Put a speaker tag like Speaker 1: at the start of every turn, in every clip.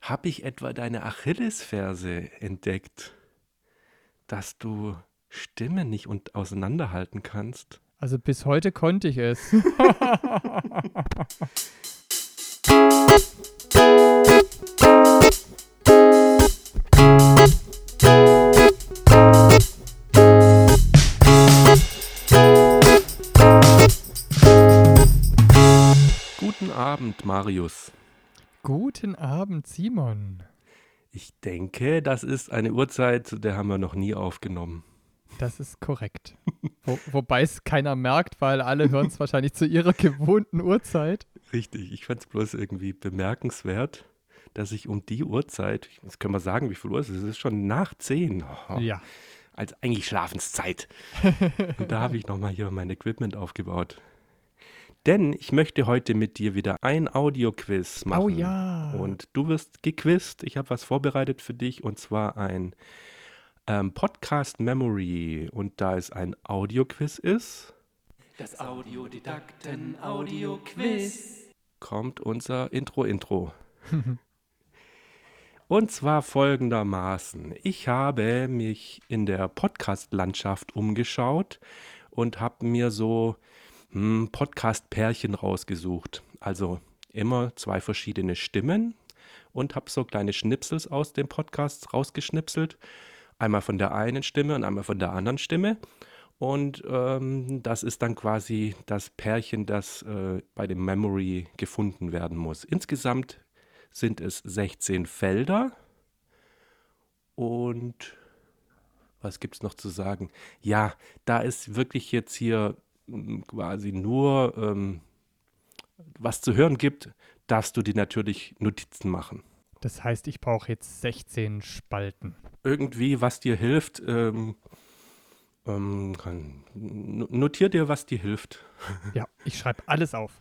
Speaker 1: Habe ich etwa deine Achillesferse entdeckt, dass du Stimmen nicht und auseinanderhalten kannst?
Speaker 2: Also bis heute konnte ich es.
Speaker 1: Guten Abend, Marius.
Speaker 2: Guten Abend, Simon.
Speaker 1: Ich denke, das ist eine Uhrzeit, zu der haben wir noch nie aufgenommen.
Speaker 2: Das ist korrekt. Wo, wobei es keiner merkt, weil alle hören es wahrscheinlich zu ihrer gewohnten Uhrzeit.
Speaker 1: Richtig, ich fand es bloß irgendwie bemerkenswert, dass ich um die Uhrzeit, jetzt können wir sagen, wie viel Uhr es ist, es ist schon nach 10. Oh,
Speaker 2: Ja.
Speaker 1: Als eigentlich Schlafenszeit. Und da habe ich nochmal hier mein Equipment aufgebaut. Denn ich möchte heute mit dir wieder ein Audioquiz machen.
Speaker 2: Oh ja.
Speaker 1: Und du wirst gequizt. Ich habe was vorbereitet für dich und zwar ein ähm, Podcast Memory. Und da es ein Audioquiz ist,
Speaker 3: Das Audiodidakten Audio Quiz.
Speaker 1: kommt unser Intro-Intro. Und zwar folgendermaßen. Ich habe mich in der Podcast-Landschaft umgeschaut und habe mir so hm, Podcast-Pärchen rausgesucht. Also immer zwei verschiedene Stimmen und habe so kleine Schnipsels aus dem Podcast rausgeschnipselt. Einmal von der einen Stimme und einmal von der anderen Stimme. Und ähm, das ist dann quasi das Pärchen, das äh, bei dem Memory gefunden werden muss. Insgesamt sind es 16 Felder. Und was gibt es noch zu sagen? Ja, da ist wirklich jetzt hier mm, quasi nur ähm, was zu hören gibt, darfst du dir natürlich Notizen machen.
Speaker 2: Das heißt, ich brauche jetzt 16 Spalten.
Speaker 1: Irgendwie, was dir hilft, ähm, ähm, kann- no- notier dir, was dir hilft.
Speaker 2: Ja, ich schreibe alles auf.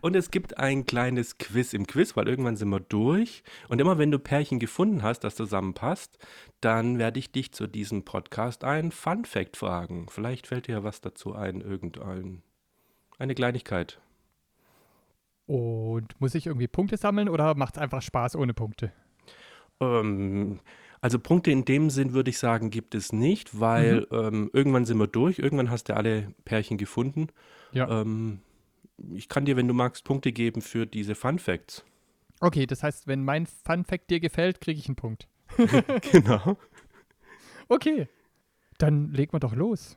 Speaker 1: Und es gibt ein kleines Quiz im Quiz, weil irgendwann sind wir durch. Und immer wenn du Pärchen gefunden hast, das zusammenpasst, dann werde ich dich zu diesem Podcast ein Fun Fact fragen. Vielleicht fällt dir ja was dazu ein, irgendein. Eine Kleinigkeit.
Speaker 2: Und muss ich irgendwie Punkte sammeln oder macht es einfach Spaß ohne Punkte?
Speaker 1: Ähm, also Punkte in dem Sinn würde ich sagen, gibt es nicht, weil ähm, irgendwann sind wir durch, irgendwann hast du alle Pärchen gefunden.
Speaker 2: Ja.
Speaker 1: Ähm, ich kann dir, wenn du magst, Punkte geben für diese Fun Facts.
Speaker 2: Okay, das heißt, wenn mein Fun Fact dir gefällt, kriege ich einen Punkt.
Speaker 1: Genau.
Speaker 2: Okay. Dann legen wir doch los.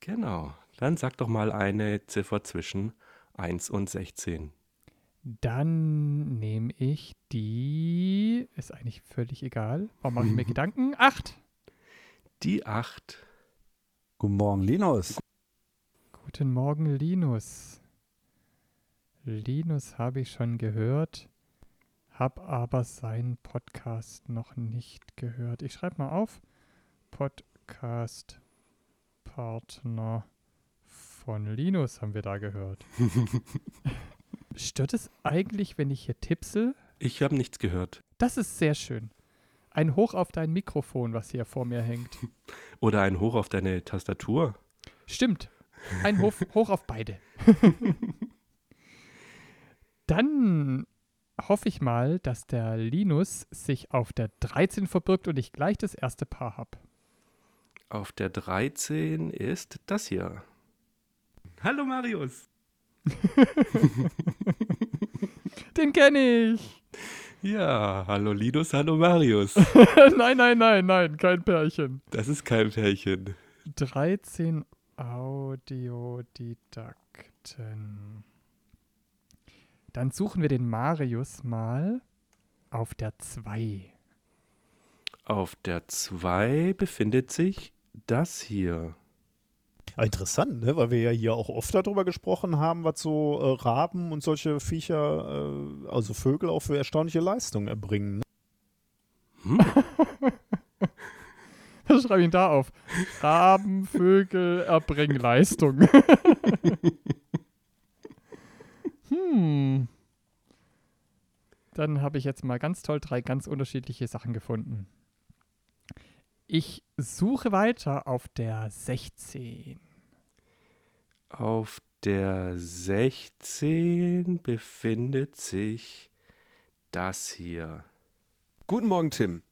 Speaker 1: Genau. Dann sag doch mal eine Ziffer zwischen 1 und 16.
Speaker 2: Dann nehme ich die. Ist eigentlich völlig egal. Warum mache ich mir Gedanken? Acht.
Speaker 1: Die 8.
Speaker 4: Guten Morgen, Linus.
Speaker 2: Guten Morgen, Linus. Linus habe ich schon gehört, habe aber seinen Podcast noch nicht gehört. Ich schreibe mal auf. Podcast Partner von Linus haben wir da gehört. Stört es eigentlich, wenn ich hier tipsel?
Speaker 1: Ich habe nichts gehört.
Speaker 2: Das ist sehr schön. Ein Hoch auf dein Mikrofon, was hier vor mir hängt.
Speaker 1: Oder ein Hoch auf deine Tastatur.
Speaker 2: Stimmt. Ein Hof, hoch auf beide. Dann hoffe ich mal, dass der Linus sich auf der 13 verbirgt und ich gleich das erste Paar habe.
Speaker 1: Auf der 13 ist das hier. Hallo Marius.
Speaker 2: Den kenne ich.
Speaker 1: Ja, hallo Linus, hallo Marius.
Speaker 2: nein, nein, nein, nein, kein Pärchen.
Speaker 1: Das ist kein Pärchen.
Speaker 2: 13 Audiodidakten. Dann suchen wir den Marius mal auf der 2.
Speaker 1: Auf der 2 befindet sich das hier.
Speaker 5: Aber interessant, ne? weil wir ja hier auch oft darüber gesprochen haben, was so äh, Raben und solche Viecher, äh, also Vögel, auch für erstaunliche Leistungen erbringen. Ne?
Speaker 2: Was schreibe ich denn da auf? Raben, Vögel erbringen Leistung. hm. Dann habe ich jetzt mal ganz toll drei ganz unterschiedliche Sachen gefunden. Ich suche weiter auf der 16.
Speaker 1: Auf der 16 befindet sich Das hier.
Speaker 6: Guten Morgen, Tim.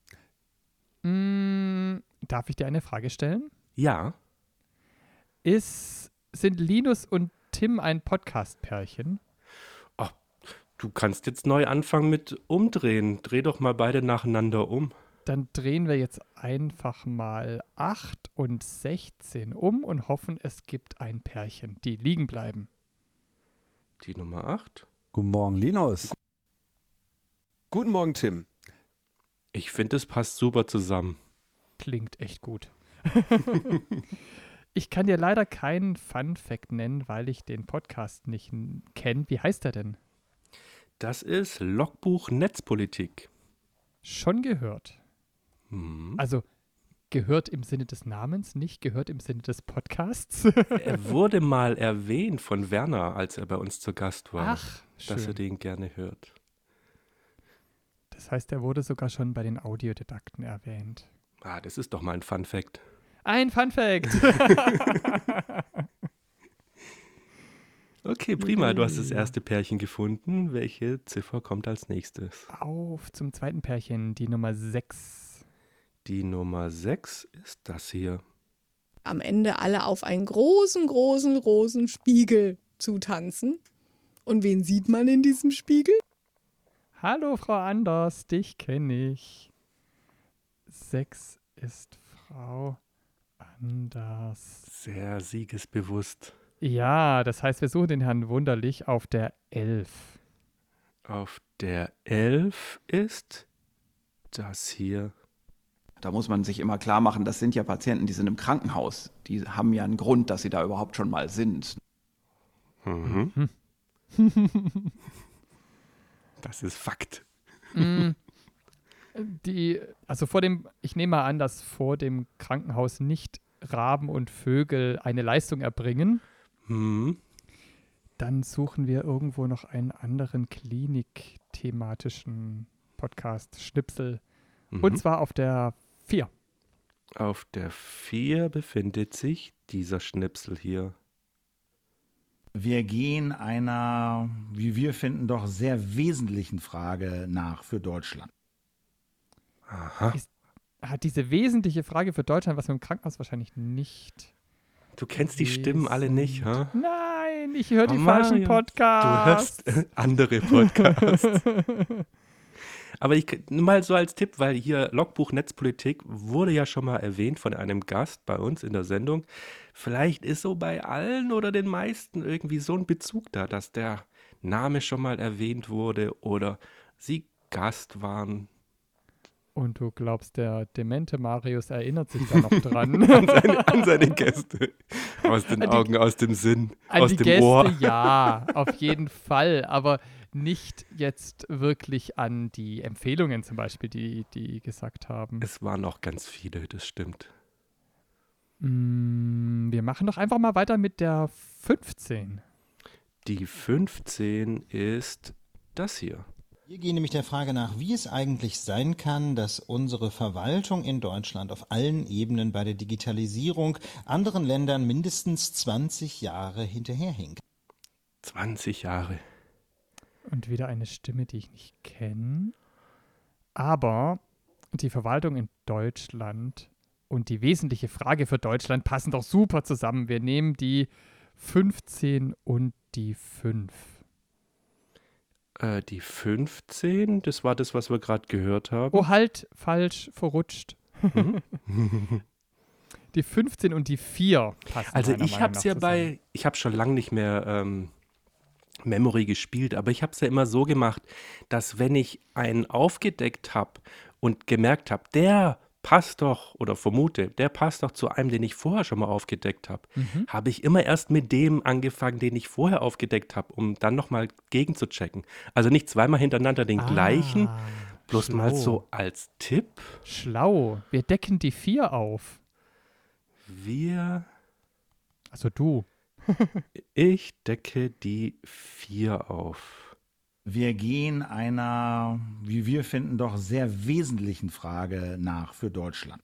Speaker 2: Mm, darf ich dir eine Frage stellen?
Speaker 1: Ja,
Speaker 2: Ist, sind Linus und Tim ein Podcast-Pärchen?
Speaker 1: du kannst jetzt neu anfangen mit umdrehen. Dreh doch mal beide nacheinander um.
Speaker 2: Dann drehen wir jetzt einfach mal 8 und 16 um und hoffen, es gibt ein Pärchen, die liegen bleiben.
Speaker 1: Die Nummer 8.
Speaker 4: Guten Morgen, Linus.
Speaker 6: Guten Morgen, Tim.
Speaker 1: Ich finde, es passt super zusammen.
Speaker 2: Klingt echt gut. ich kann dir leider keinen Fun-Fact nennen, weil ich den Podcast nicht n- kenne. Wie heißt er denn?
Speaker 1: Das ist Logbuch Netzpolitik.
Speaker 2: Schon gehört.
Speaker 1: Hm.
Speaker 2: Also gehört im Sinne des Namens, nicht gehört im Sinne des Podcasts.
Speaker 1: Er wurde mal erwähnt von Werner, als er bei uns zu Gast war,
Speaker 2: Ach,
Speaker 1: dass er
Speaker 2: schön.
Speaker 1: den gerne hört.
Speaker 2: Das heißt, er wurde sogar schon bei den Audiodidakten erwähnt.
Speaker 1: Ah, das ist doch mal ein Fun Fact.
Speaker 2: Ein Fun-Fact!
Speaker 1: Okay, prima, du hast das
Speaker 2: Hm.
Speaker 1: erste Pärchen gefunden. Welche Ziffer kommt als nächstes?
Speaker 2: Auf zum zweiten Pärchen, die Nummer 6.
Speaker 1: Die Nummer 6 ist das hier.
Speaker 7: am Ende alle auf einen großen, großen, großen Spiegel zutanzen. Und wen sieht man in diesem Spiegel?
Speaker 2: Hallo, Frau Anders, dich kenne ich. 6 ist Frau Anders.
Speaker 1: Sehr siegesbewusst
Speaker 2: Ja, das heißt, wir suchen den Herrn Wunderlich auf der 11.
Speaker 1: auf der 11 ist das hier.
Speaker 8: Da muss man sich immer klar machen, das sind ja Patienten, die sind im Krankenhaus. Die haben ja einen Grund, dass sie da überhaupt schon mal sind.
Speaker 1: Mhm.
Speaker 2: Hm.
Speaker 1: Das ist Fakt.
Speaker 2: Die, also vor dem, ich nehme mal an, dass vor dem Krankenhaus nicht Raben und Vögel eine Leistung erbringen.
Speaker 1: Hm.
Speaker 2: Dann suchen wir irgendwo noch einen anderen klinikthematischen Podcast-Schnipsel.
Speaker 1: Mhm.
Speaker 2: Und zwar auf der 4.
Speaker 1: auf der 4 befindet sich dieser Schnipsel hier.
Speaker 9: Wir gehen einer, wie wir finden, doch sehr wesentlichen Frage nach für Deutschland.
Speaker 1: Aha.
Speaker 2: Hat Ah, diese wesentliche Frage für Deutschland was mit dem Krankenhaus wahrscheinlich nicht.
Speaker 1: Du kennst die Stimmen alle nicht, ha?
Speaker 2: Nein, ich höre die
Speaker 1: Oh,
Speaker 2: falschen
Speaker 1: Mario, Du
Speaker 2: Podcasts.
Speaker 1: hörst äh, andere Podcasts. Aber ich k- mal so als Tipp, weil hier Logbuch Netzpolitik wurde ja schon mal erwähnt von einem Gast bei uns in der Sendung. Vielleicht ist so bei allen oder den meisten irgendwie so ein Bezug da, dass der Name schon mal erwähnt wurde oder sie Gast waren.
Speaker 2: Und du glaubst, der demente Marius erinnert sich da noch dran.
Speaker 1: An seine Gäste. Aus den
Speaker 2: An die-
Speaker 1: Augen, aus dem Sinn,
Speaker 2: An
Speaker 1: aus
Speaker 2: die
Speaker 1: dem
Speaker 2: Gäste
Speaker 1: Ohr.
Speaker 2: ja, auf jeden Fall, aber nicht jetzt wirklich an die Empfehlungen zum Beispiel, die die gesagt haben.
Speaker 1: Es waren auch ganz viele, das stimmt.
Speaker 2: Mm, wir machen doch einfach mal weiter mit der 15.
Speaker 1: Die 15 ist das hier.
Speaker 10: Wir gehen nämlich der Frage nach, wie es eigentlich sein kann, dass unsere Verwaltung in Deutschland auf allen Ebenen bei der Digitalisierung anderen Ländern mindestens 20 Jahre hinterherhinkt.
Speaker 1: 20 Jahre.
Speaker 2: Und wieder eine Stimme, die ich nicht kenne. Aber die Verwaltung in Deutschland und die wesentliche Frage für Deutschland passen doch super zusammen. Wir nehmen die 15 und die 5.
Speaker 1: Äh, die 15, das war das, was wir gerade gehört haben.
Speaker 2: Oh, halt, falsch, verrutscht. die 15 und die 4 passen.
Speaker 1: also
Speaker 2: meiner
Speaker 1: ich
Speaker 2: Meinung
Speaker 1: hab's
Speaker 2: nach
Speaker 1: ja
Speaker 2: zusammen.
Speaker 1: bei, ich habe schon lange nicht mehr ähm, Memory gespielt, aber ich hab's ja immer so gemacht, dass wenn ich einen aufgedeckt habe und gemerkt habe, der passt doch oder vermute, der passt doch zu einem, den ich vorher schon mal aufgedeckt habe, habe ich immer erst mit dem angefangen, den ich vorher aufgedeckt habe, um dann nochmal gegenzuchecken. Also nicht zweimal hintereinander den gleichen,
Speaker 2: Ah,
Speaker 1: bloß mal
Speaker 2: schlau.
Speaker 1: so als Tipp.
Speaker 2: Schlau. Wir decken die 4 auf.
Speaker 1: Wir
Speaker 2: Also du.
Speaker 1: Ich decke die 4 auf.
Speaker 9: Wir gehen einer, wie wir finden, doch sehr wesentlichen Frage nach für Deutschland.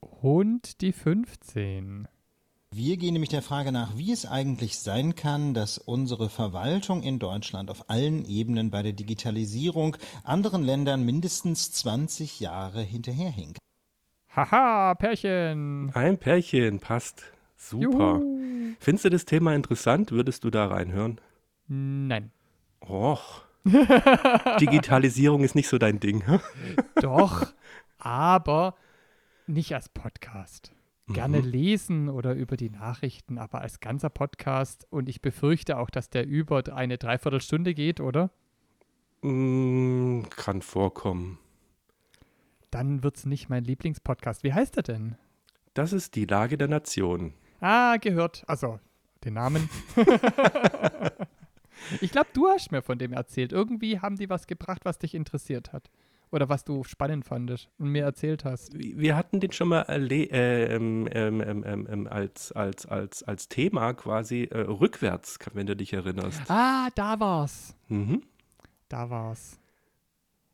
Speaker 2: Und die 15.
Speaker 10: Wir gehen nämlich der Frage nach, wie es eigentlich sein kann, dass unsere Verwaltung in Deutschland auf allen Ebenen bei der Digitalisierung anderen Ländern mindestens 20 Jahre hinterherhinkt.
Speaker 2: Haha, Pärchen.
Speaker 1: Ein Pärchen, passt. Super.
Speaker 2: Juhu.
Speaker 1: Findest du das Thema interessant? Würdest du da reinhören?
Speaker 2: Nein.
Speaker 1: Och. Digitalisierung ist nicht so dein Ding. hä?
Speaker 2: Doch, aber nicht als Podcast. Gerne
Speaker 1: Mhm.
Speaker 2: lesen oder über die Nachrichten, aber als ganzer Podcast. Und ich befürchte auch, dass der über eine Dreiviertelstunde geht, oder?
Speaker 1: Mm, kann vorkommen.
Speaker 2: Dann wird es nicht mein Lieblingspodcast. Wie heißt er denn?
Speaker 1: Das ist die Lage der Nation.
Speaker 2: Ah, gehört. Also, den Namen. ich glaube, du hast mir von dem erzählt. Irgendwie haben die was gebracht, was dich interessiert hat. Oder was du spannend fandest und mir erzählt hast.
Speaker 1: Wir hatten den schon mal erle- äh, ähm, ähm, ähm, ähm, ähm, als, als, als, als Thema quasi äh, rückwärts, wenn du dich erinnerst.
Speaker 2: Ah, da war's.
Speaker 1: Mhm.
Speaker 2: Da war's.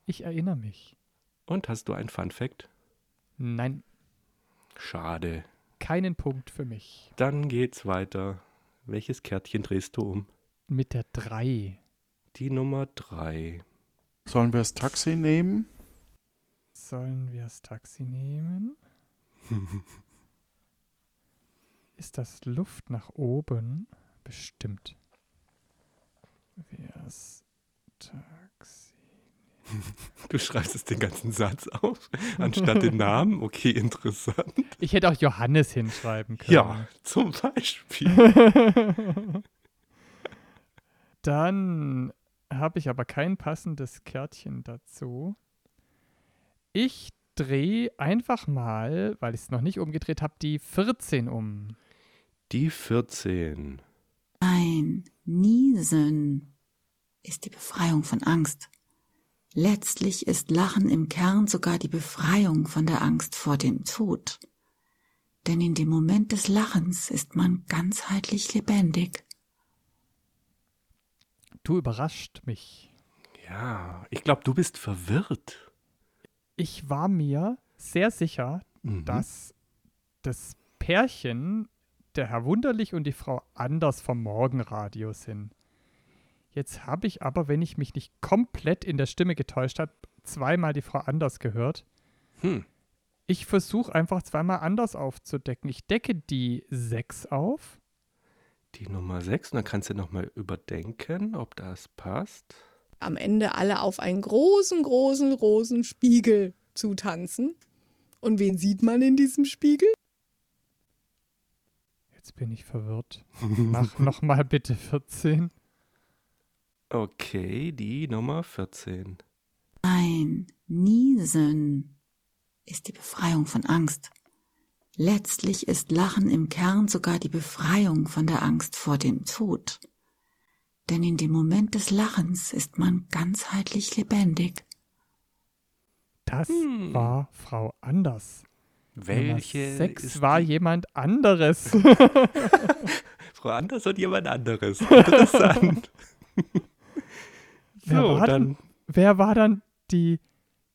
Speaker 2: Ich erinnere mich.
Speaker 1: Und hast du ein Fun Fact?
Speaker 2: Nein,
Speaker 1: Schade.
Speaker 2: keinen Punkt für mich.
Speaker 1: Dann geht's weiter. Welches Kärtchen drehst du um?
Speaker 2: Mit der 3.
Speaker 1: Die Nummer 3.
Speaker 11: Sollen wir das Taxi nehmen?
Speaker 2: Sollen wir das Taxi nehmen? Ist das Luft nach oben? Bestimmt. Wär's Taxi.
Speaker 1: Du schreibst es den ganzen Satz auf, anstatt den Namen. Okay, interessant.
Speaker 2: Ich hätte auch Johannes hinschreiben können.
Speaker 1: Ja, zum Beispiel.
Speaker 2: Dann habe ich aber kein passendes Kärtchen dazu. Ich drehe einfach mal, weil ich es noch nicht umgedreht habe, die 14 um.
Speaker 1: Die 14.
Speaker 12: Nein, Niesen ist die Befreiung von Angst. Letztlich ist Lachen im Kern sogar die Befreiung von der Angst vor dem Tod. Denn in dem Moment des Lachens ist man ganzheitlich lebendig.
Speaker 2: Du überrascht mich.
Speaker 1: Ja, ich glaube, du bist verwirrt.
Speaker 2: Ich war mir sehr sicher,
Speaker 1: Mhm.
Speaker 2: dass das Pärchen, der Herr Wunderlich und die Frau Anders vom Morgenradio sind. Jetzt habe ich aber, wenn ich mich nicht komplett in der Stimme getäuscht habe, zweimal die Frau Anders gehört.
Speaker 1: Hm.
Speaker 2: Ich versuche einfach zweimal anders aufzudecken. Ich decke die 6 auf.
Speaker 1: Die Nummer 6. Und dann kannst du nochmal überdenken, ob das passt.
Speaker 7: am Ende alle auf einen großen, großen, großen Spiegel zutanzen. Und wen sieht man in diesem Spiegel?
Speaker 2: Jetzt bin ich verwirrt. Mach nochmal bitte 14.
Speaker 1: Okay, die Nummer 14.
Speaker 12: Nein, Niesen ist die Befreiung von Angst. Letztlich ist Lachen im Kern sogar die Befreiung von der Angst vor dem Tod. Denn in dem Moment des Lachens ist man ganzheitlich lebendig.
Speaker 2: Das
Speaker 1: Hm.
Speaker 2: war Frau Anders.
Speaker 1: Welche
Speaker 2: Nummer 6
Speaker 1: ist
Speaker 2: war jemand anderes.
Speaker 1: Frau Anders und jemand anderes. Interessant.
Speaker 2: Wer
Speaker 1: so,
Speaker 2: war
Speaker 1: dann.
Speaker 2: denn- Wer war dann die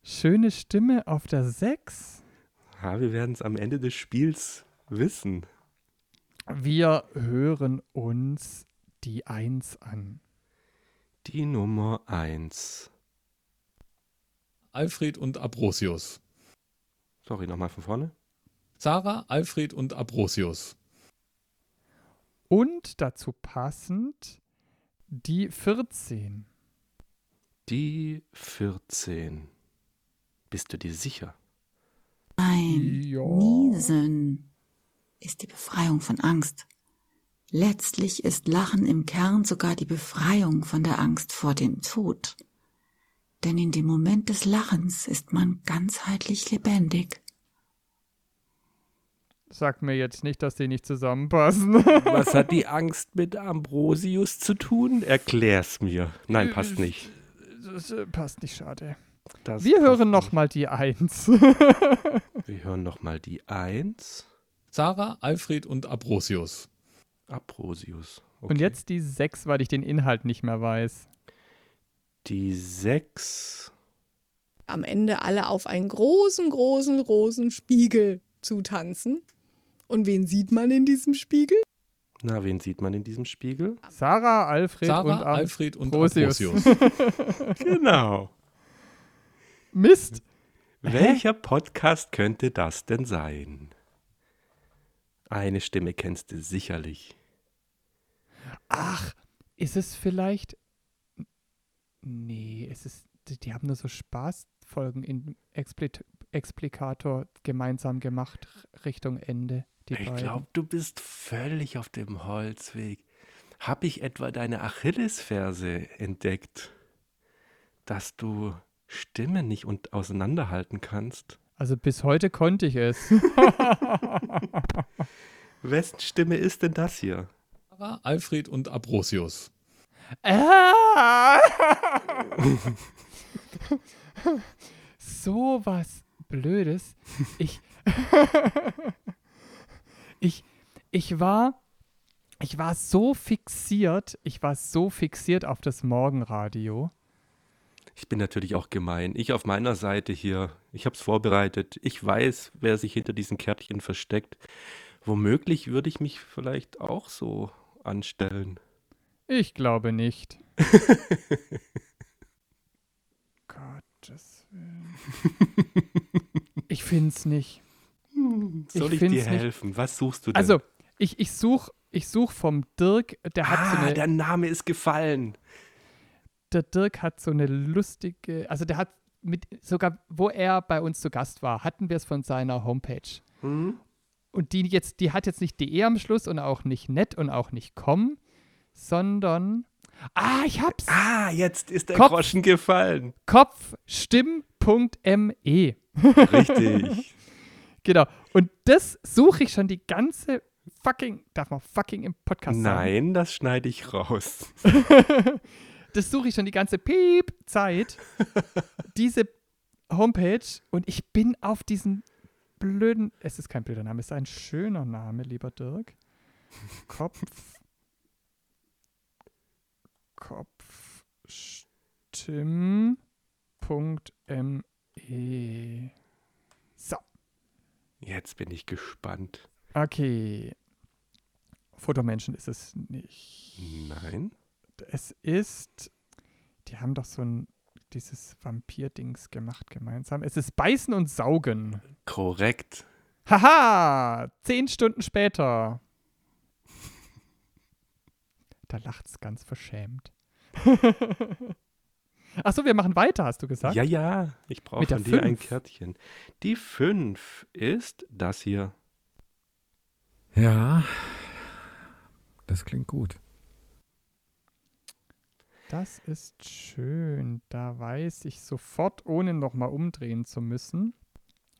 Speaker 2: schöne Stimme auf der 6?
Speaker 1: Ja, wir werden es am Ende des Spiels wissen.
Speaker 2: Wir hören uns die 1 an.
Speaker 1: Die Nummer 1.
Speaker 13: Alfred und Abrosius.
Speaker 1: Sorry, nochmal von vorne.
Speaker 13: Sarah, Alfred und Abrosius.
Speaker 2: Und dazu passend die 14.
Speaker 1: Die 14. Bist du dir sicher?
Speaker 12: Nein,
Speaker 2: Ja.
Speaker 12: Niesen ist die Befreiung von Angst. Letztlich ist Lachen im Kern sogar die Befreiung von der Angst vor dem Tod. Denn in dem Moment des Lachens ist man ganzheitlich lebendig.
Speaker 2: Sag mir jetzt nicht, dass die nicht zusammenpassen.
Speaker 1: Was hat die Angst mit Ambrosius zu tun? Erklär's mir. Nein, passt nicht.
Speaker 2: Das äh, passt nicht, schade.
Speaker 1: Das
Speaker 2: Wir
Speaker 1: passt
Speaker 2: hören nochmal die 1.
Speaker 1: Wir hören nochmal die 1.
Speaker 13: Sarah, Alfred und Abrosius.
Speaker 1: Abrosius. Okay.
Speaker 2: Und jetzt die 6, weil ich den Inhalt nicht mehr weiß.
Speaker 1: die 6.
Speaker 7: Am Ende alle auf einen großen, großen, großen Spiegel zutanzen. Und wen sieht man in diesem Spiegel?
Speaker 1: Na, wen sieht man in diesem Spiegel?
Speaker 2: Sarah, Alfred
Speaker 13: Sarah,
Speaker 2: und Am-
Speaker 13: Alfred und
Speaker 2: Ambrosius.
Speaker 13: Ambrosius.
Speaker 1: Genau.
Speaker 2: Mist.
Speaker 1: Welcher Podcast könnte das denn sein? Eine Stimme kennst du sicherlich.
Speaker 2: Ach, ist es vielleicht. Nee, es ist. Die, die haben nur so Spaßfolgen in Explit Explikator gemeinsam gemacht R- Richtung Ende. Die
Speaker 1: ich
Speaker 2: beiden.
Speaker 1: glaube, du bist völlig auf dem Holzweg. Hab ich etwa deine Achillesferse entdeckt, dass du Stimmen nicht und auseinanderhalten kannst?
Speaker 2: Also bis heute konnte ich es.
Speaker 1: Wessen Stimme ist denn das hier?
Speaker 13: Sarah, Alfred und Ambrosius.
Speaker 2: Ah! so was Blödes. Ich, ich, ich war, ich war so fixiert, ich war so fixiert auf das Morgenradio.
Speaker 1: Ich bin natürlich auch gemein. Ich auf meiner Seite hier. Ich habe es vorbereitet. Ich weiß, wer sich hinter diesen Kärtchen versteckt. Womöglich würde ich mich vielleicht auch so anstellen.
Speaker 2: Ich glaube nicht. Gottes Willen. Ich find's nicht.
Speaker 1: Soll ich, dir
Speaker 2: find's nicht.
Speaker 1: helfen? Was suchst du denn?
Speaker 2: Also, ich, ich suche ich such vom Dirk, der hat so
Speaker 1: ah,
Speaker 2: eine
Speaker 1: der Name ist gefallen.
Speaker 2: der Dirk hat so eine lustige, also der hat mit, sogar wo er bei uns zu Gast war, hatten wir es von seiner Homepage.
Speaker 1: Mhm.
Speaker 2: Und die jetzt, die hat jetzt nicht DE am Schluss und auch nicht net und auch nicht com, sondern Ah, ich hab's.
Speaker 1: Ah, jetzt ist der
Speaker 2: Kopf-
Speaker 1: Groschen gefallen.
Speaker 2: kopfstimm.me.
Speaker 1: Richtig.
Speaker 2: E. genau. Und das suche ich schon die ganze fucking, darf man fucking im Podcast sagen.
Speaker 1: Nein, das schneide ich raus.
Speaker 2: das suche ich schon die ganze Piep-Zeit. diese Homepage und ich bin auf diesen blöden. Es ist kein blöder Name, es ist ein schöner Name, lieber Dirk. Kopf. Kopfstimm.me. So.
Speaker 1: Jetzt bin ich gespannt.
Speaker 2: Okay. Fotomenschen ist es nicht.
Speaker 1: Nein.
Speaker 2: Es ist. Die haben doch so ein. Dieses Vampir-Dings gemacht gemeinsam. Es ist Beißen und Saugen.
Speaker 1: Korrekt.
Speaker 2: Haha! Zehn Stunden später. Da lacht's ganz verschämt. Achso, wir machen weiter, hast du gesagt?
Speaker 1: Ja, ja, ich brauche
Speaker 2: Mit der
Speaker 1: von dir ein
Speaker 2: fünf.
Speaker 1: Kärtchen. Die 5 ist das hier.
Speaker 4: Ja, das klingt gut.
Speaker 2: Das ist schön. Da weiß ich sofort, ohne nochmal umdrehen zu müssen.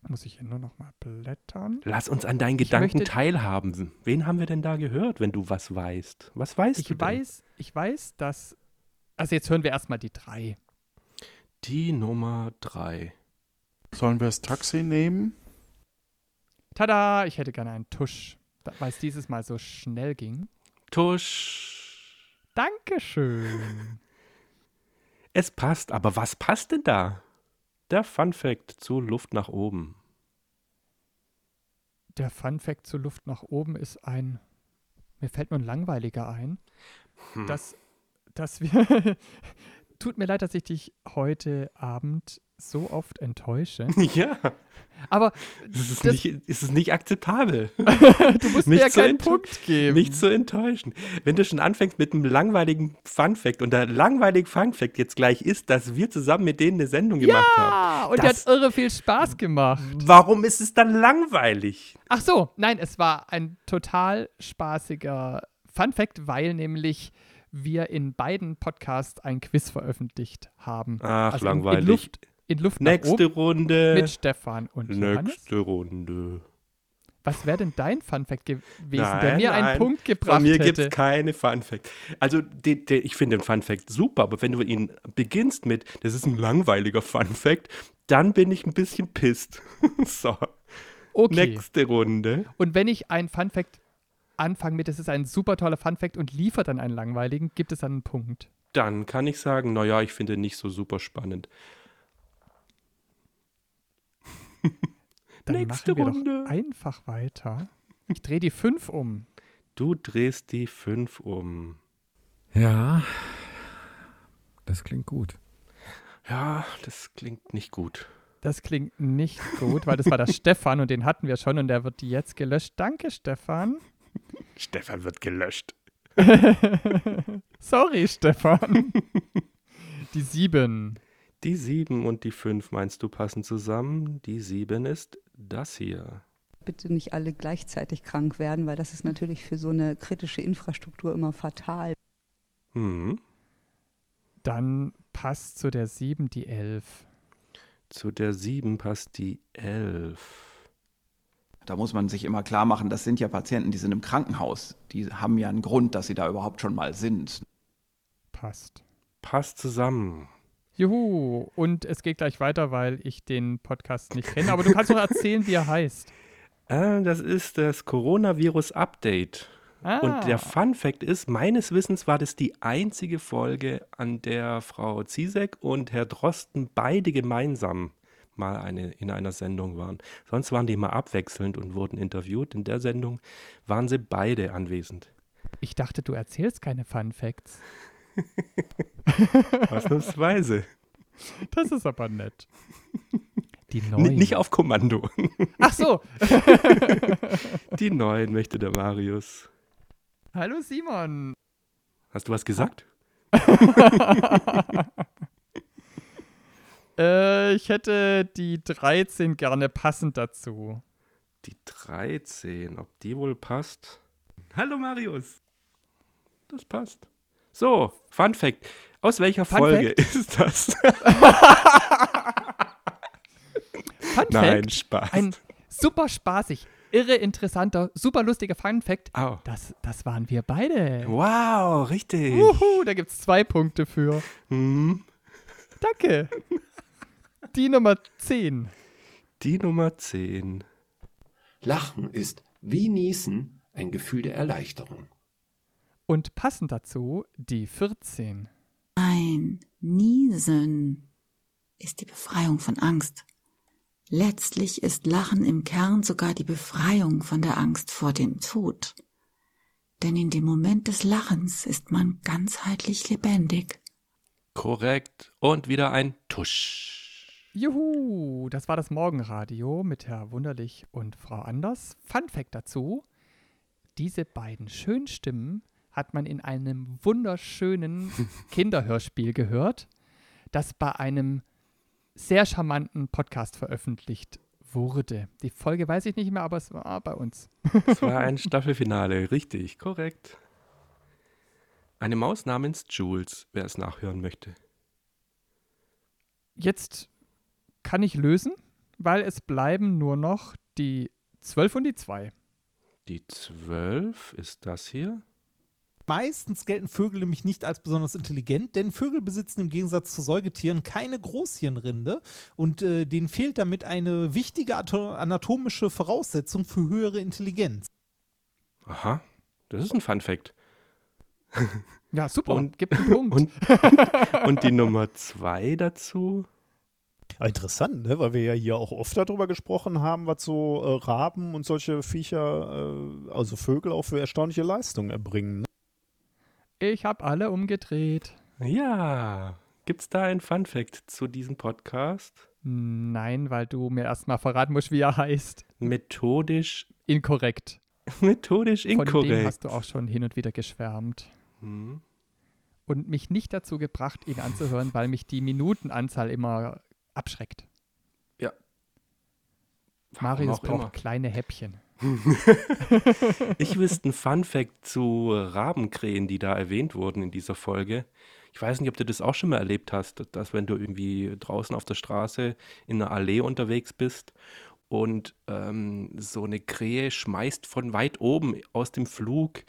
Speaker 2: Muss ich hier nur nochmal blättern?
Speaker 1: Lass uns an deinen
Speaker 2: Ich
Speaker 1: Gedanken
Speaker 2: möchte-
Speaker 1: teilhaben. Wen haben wir denn da gehört, wenn du was weißt? Was weißt du
Speaker 2: Ich
Speaker 1: denn?
Speaker 2: weiß, ich weiß, dass. Also jetzt hören wir erstmal die drei.
Speaker 1: Die Nummer 3.
Speaker 11: Sollen wir das Taxi nehmen?
Speaker 2: Tada! Ich hätte gerne einen Tusch. Da- Weil es dieses Mal so schnell ging.
Speaker 1: Tusch.
Speaker 2: Dankeschön.
Speaker 1: Es passt, aber was passt denn da? Der Fun Fact zu Luft nach oben.
Speaker 2: Der Fun Fact zur Luft nach oben ist ein. Mir fällt nur ein langweiliger ein.
Speaker 1: Hm.
Speaker 2: dass, dass wir. Tut mir leid, dass ich dich heute Abend so oft enttäusche.
Speaker 1: ja,
Speaker 2: Aber
Speaker 1: es ist,
Speaker 2: das-
Speaker 1: nicht, es ist nicht akzeptabel.
Speaker 2: du musst mir
Speaker 1: Nicht
Speaker 2: ja
Speaker 1: zu
Speaker 2: keinen
Speaker 1: enttäuschen.
Speaker 2: Punkt geben.
Speaker 1: Nicht zu enttäuschen. Wenn du schon anfängst mit einem langweiligen Funfact und der langweilige Funfact jetzt gleich ist, dass wir zusammen mit denen eine Sendung gemacht
Speaker 2: ja,
Speaker 1: haben.
Speaker 2: Ah, und der hat
Speaker 1: das,
Speaker 2: irre viel Spaß gemacht.
Speaker 1: warum ist es dann langweilig?
Speaker 2: Ach so, nein, es war ein total spaßiger Fun Fact, weil nämlich wir in beiden Podcasts ein Quiz veröffentlicht haben. Also
Speaker 1: Ach,
Speaker 2: in-
Speaker 1: langweilig.
Speaker 2: In Luft, in Luft nach
Speaker 1: Nächste
Speaker 2: oben
Speaker 1: Runde.
Speaker 2: mit Stefan und Johannes.
Speaker 1: Nächste Runde.
Speaker 2: Was wäre denn dein Fun Fact gewesen,
Speaker 1: nein,
Speaker 2: der mir
Speaker 1: nein.
Speaker 2: einen Punkt gebracht
Speaker 1: Von mir
Speaker 2: hätte?
Speaker 1: gibt's keine Fun Fact. Also, de, de, ich finde den Fun Fact super, aber wenn du ihn beginnst mit, das ist ein langweiliger Fun Fact, dann bin ich ein bisschen pisst. so.
Speaker 2: Okay.
Speaker 1: Nächste Runde.
Speaker 2: Und wenn ich einen Fun Fact anfange mit, das ist ein super toller Fun Fact und liefere dann einen langweiligen, gibt es dann einen Punkt.
Speaker 1: Dann kann ich sagen, naja, ich finde nicht so super spannend.
Speaker 2: Dann
Speaker 1: Nächste
Speaker 2: machen wir
Speaker 1: Runde.
Speaker 2: doch einfach weiter. Ich drehe die 5 um.
Speaker 1: Du drehst die 5 um.
Speaker 4: Ja, das klingt gut.
Speaker 1: Ja, das klingt nicht gut.
Speaker 2: Das klingt nicht gut, weil das war der Stefan und den hatten wir schon und der wird jetzt gelöscht. Danke, Stefan.
Speaker 1: Stefan wird gelöscht.
Speaker 2: Sorry, Stefan. Die 7.
Speaker 1: Die 7 und die 5 meinst du passen zusammen. Die 7 ist das hier.
Speaker 14: Bitte nicht alle gleichzeitig krank werden, weil das ist natürlich für so eine kritische Infrastruktur immer fatal.
Speaker 1: Mhm.
Speaker 2: Dann passt zu der 7 die 11.
Speaker 1: Zu der 7 passt die 11.
Speaker 8: Da muss man sich immer klar machen, das sind ja Patienten, die sind im Krankenhaus. Die haben ja einen Grund, dass sie da überhaupt schon mal sind.
Speaker 2: Passt.
Speaker 1: Passt zusammen.
Speaker 2: Juhu, und es geht gleich weiter, weil ich den Podcast nicht kenne. Aber du kannst doch erzählen, wie er heißt.
Speaker 1: Äh, das ist das Coronavirus-Update.
Speaker 2: Ah.
Speaker 1: Und der Fun Fact ist, meines Wissens war das die einzige Folge, an der Frau Ziesek und Herr Drosten beide gemeinsam mal eine, in einer Sendung waren. Sonst waren die mal abwechselnd und wurden interviewt. In der Sendung waren sie beide anwesend.
Speaker 2: Ich dachte, du erzählst keine Fun Facts.
Speaker 1: Ausnahmsweise.
Speaker 2: Das ist aber nett. Die
Speaker 1: N
Speaker 2: neuen.
Speaker 1: nicht auf Kommando.
Speaker 2: Ach so.
Speaker 1: die neuen möchte der Marius.
Speaker 2: Hallo Simon.
Speaker 1: Hast du was gesagt?
Speaker 2: äh, ich hätte die 13 gerne passend dazu.
Speaker 1: Die 13, ob die wohl passt? Hallo Marius. Das passt. So, Fun Fact. Aus welcher
Speaker 2: Fun
Speaker 1: Folge
Speaker 2: Fact?
Speaker 1: ist das?
Speaker 2: Fun
Speaker 1: Nein,
Speaker 2: Fact,
Speaker 1: Spaß.
Speaker 2: Ein super spaßig, irre interessanter, super lustiger Fun Fact.
Speaker 1: Au.
Speaker 2: Das, das waren wir beide.
Speaker 1: Wow, richtig.
Speaker 2: Uhu, da gibt's zwei Punkte für.
Speaker 1: Hm,
Speaker 2: Danke. Die Nummer 10.
Speaker 1: die Nummer 10.
Speaker 15: Lachen ist wie Niesen ein Gefühl der Erleichterung.
Speaker 2: Und passend dazu die 14.
Speaker 12: Ein Niesen ist die Befreiung von Angst. Letztlich ist Lachen im Kern sogar die Befreiung von der Angst vor dem Tod. Denn in dem Moment des Lachens ist man ganzheitlich lebendig.
Speaker 1: Korrekt. Und wieder ein Tusch.
Speaker 2: Juhu, das war das Morgenradio mit Herr Wunderlich und Frau Anders. Fun Fact dazu: Diese beiden schönen Stimmen hat man in einem wunderschönen Kinderhörspiel gehört, das bei einem sehr charmanten Podcast veröffentlicht wurde. Die Folge weiß ich nicht mehr, aber es war bei uns.
Speaker 1: Es war ein Staffelfinale, richtig, korrekt. Eine Maus namens Jules, wer es nachhören möchte.
Speaker 2: Jetzt kann ich lösen, weil es bleiben nur noch die 12 und die 2.
Speaker 1: Die 12 ist das hier.
Speaker 16: Meistens gelten Vögel nämlich nicht als besonders intelligent, denn Vögel besitzen im Gegensatz zu Säugetieren keine Großhirnrinde und äh, denen fehlt damit eine wichtige ato- anatomische Voraussetzung für höhere Intelligenz.
Speaker 1: Aha, das ist ein Fun Fact.
Speaker 2: Ja, super.
Speaker 1: Und-
Speaker 2: Gibt einen Punkt.
Speaker 1: Und, und die Nummer 2 dazu.
Speaker 5: Ah, Interessant, ne? weil wir ja hier auch oft darüber gesprochen haben, was so äh, Raben und solche Viecher, äh, also Vögel, auch für erstaunliche Leistungen erbringen. Ne?
Speaker 2: Ich habe alle umgedreht.
Speaker 1: Ja, gibt's da ein Fun Fact zu diesem Podcast?
Speaker 2: Nein, weil du mir erstmal verraten musst, wie er heißt.
Speaker 1: Methodisch
Speaker 2: Inkorrekt.
Speaker 1: Methodisch
Speaker 2: Von
Speaker 1: inkorrekt.
Speaker 2: dem hast du auch schon hin und wieder geschwärmt.
Speaker 1: Hm.
Speaker 2: Und mich nicht dazu gebracht, ihn anzuhören, weil mich die Minutenanzahl immer abschreckt.
Speaker 1: Ja.
Speaker 2: Marius
Speaker 1: auch
Speaker 2: braucht
Speaker 1: immer.
Speaker 2: kleine Häppchen.
Speaker 1: Ich wüsste einen Fun-Fact zu Rabenkrähen, die da erwähnt wurden in dieser Folge. Ich weiß nicht, ob du das auch schon mal erlebt hast, dass wenn du irgendwie draußen auf der Straße in einer Allee unterwegs bist und ähm, so eine Krähe schmeißt von weit oben aus dem Flug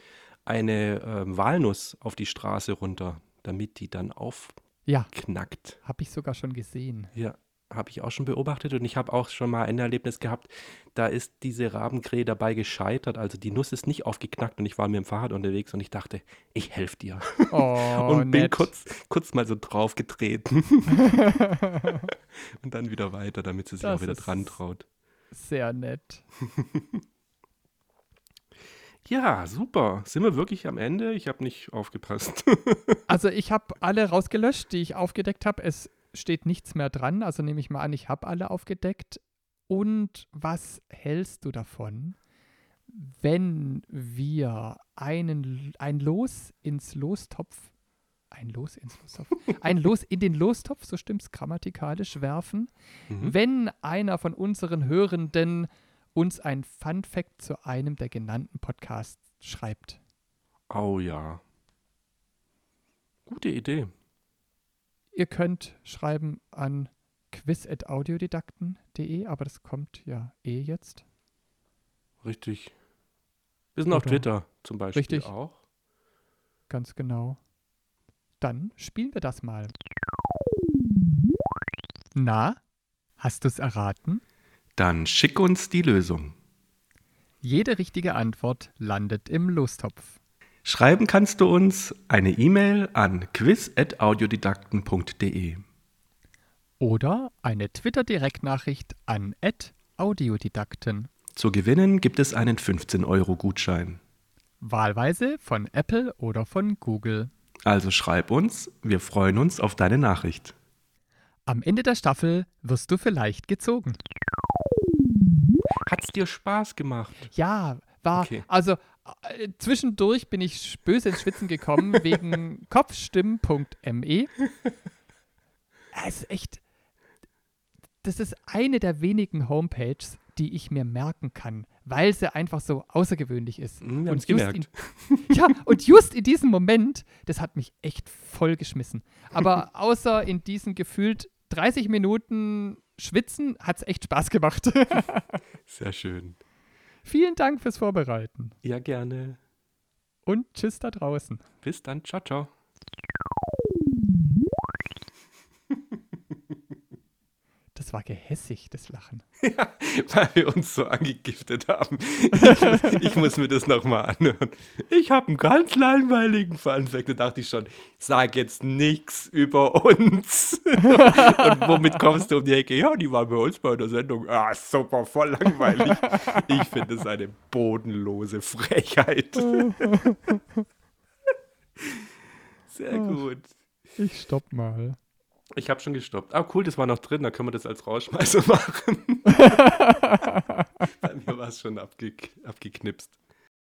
Speaker 1: eine ähm, Walnuss auf die Straße runter, damit die dann
Speaker 2: Ja.
Speaker 1: aufknackt.
Speaker 2: Habe ich sogar schon gesehen.
Speaker 1: Ja, habe ich auch schon beobachtet und ich habe auch schon mal ein Erlebnis gehabt, da ist diese Rabenkrähe dabei gescheitert. Also die Nuss ist nicht aufgeknackt und ich war mit dem Fahrrad unterwegs und ich dachte, ich helfe dir.
Speaker 2: Oh,
Speaker 1: und bin
Speaker 2: nett.
Speaker 1: kurz, kurz mal so draufgetreten. und dann wieder weiter, damit sie sich
Speaker 2: Das
Speaker 1: auch wieder
Speaker 2: ist-
Speaker 1: dran traut.
Speaker 2: Sehr nett.
Speaker 1: Ja, super. Sind wir wirklich am Ende? Ich habe nicht aufgepasst.
Speaker 2: Also ich habe alle rausgelöscht, die ich aufgedeckt habe. Es steht nichts mehr dran, also nehme ich mal an, ich habe alle aufgedeckt. Und was hältst du davon, wenn wir einen, ein Los ins Lostopf, ein Los ins Lostopf, ein Los in den Lostopf, so stimmt's grammatikalisch, werfen,
Speaker 1: Mhm.
Speaker 2: wenn einer von unseren Hörenden uns ein Fun Fact zu einem der genannten Podcasts schreibt?
Speaker 1: oh ja. Gute Idee.
Speaker 2: Ihr könnt schreiben an quiz.audiodidakten.de, aber das kommt ja eh jetzt.
Speaker 1: Richtig. Wir sind auf
Speaker 2: Oder-
Speaker 1: Twitter zum Beispiel
Speaker 2: Richtig.
Speaker 1: auch.
Speaker 2: Ganz genau. Dann spielen wir das mal. Na, hast du es erraten?
Speaker 1: Dann schick uns die Lösung.
Speaker 2: Jede richtige Antwort landet im Lostopf.
Speaker 1: Schreiben kannst du uns eine E-Mail an quiz.audiodidakten.de.
Speaker 2: Oder eine Twitter-Direktnachricht an audiodidakten.
Speaker 1: Zu gewinnen gibt es einen 15-Euro-Gutschein.
Speaker 2: Wahlweise von Apple oder von Google.
Speaker 1: Also schreib uns, wir freuen uns auf deine Nachricht.
Speaker 2: Am Ende der Staffel wirst du vielleicht gezogen.
Speaker 1: Hat's dir Spaß gemacht?
Speaker 2: Ja, war.
Speaker 1: Okay.
Speaker 2: Also äh, zwischendurch bin ich sch- böse ins Schwitzen gekommen wegen kopfstimmen.me. E. Es ist echt. Das ist eine der wenigen Homepages, die ich mir merken kann, weil sie einfach so außergewöhnlich ist.
Speaker 1: Hm, wir haben's gemerkt.
Speaker 2: In, ja, und just in diesem Moment, das hat mich echt vollgeschmissen. Aber außer in diesen gefühlt 30 Minuten Schwitzen hat es echt Spaß gemacht.
Speaker 1: Sehr schön.
Speaker 2: Vielen Dank fürs Vorbereiten.
Speaker 1: Ja, gerne.
Speaker 2: Und tschüss da draußen.
Speaker 1: Bis dann. Ciao, ciao.
Speaker 2: Das war gehässig, das Lachen.
Speaker 1: Weil wir uns so angegiftet haben. Ich, muss- ich muss mir das nochmal anhören. Ich habe einen ganz langweiligen Funfact. Da dachte ich schon, sag jetzt nichts über uns. Und womit kommst du um die Ecke? Ja, die waren bei uns bei der Sendung. Ah, super, voll langweilig. Ich finde es eine bodenlose Frechheit. Sehr
Speaker 2: Ach.
Speaker 1: gut.
Speaker 2: Ich stopp mal.
Speaker 1: Ich habe schon gestoppt. Ah, cool, das war noch drin. Da können wir das als Also, Rausschmeißer machen. Bei mir war es schon abge abgeknipst.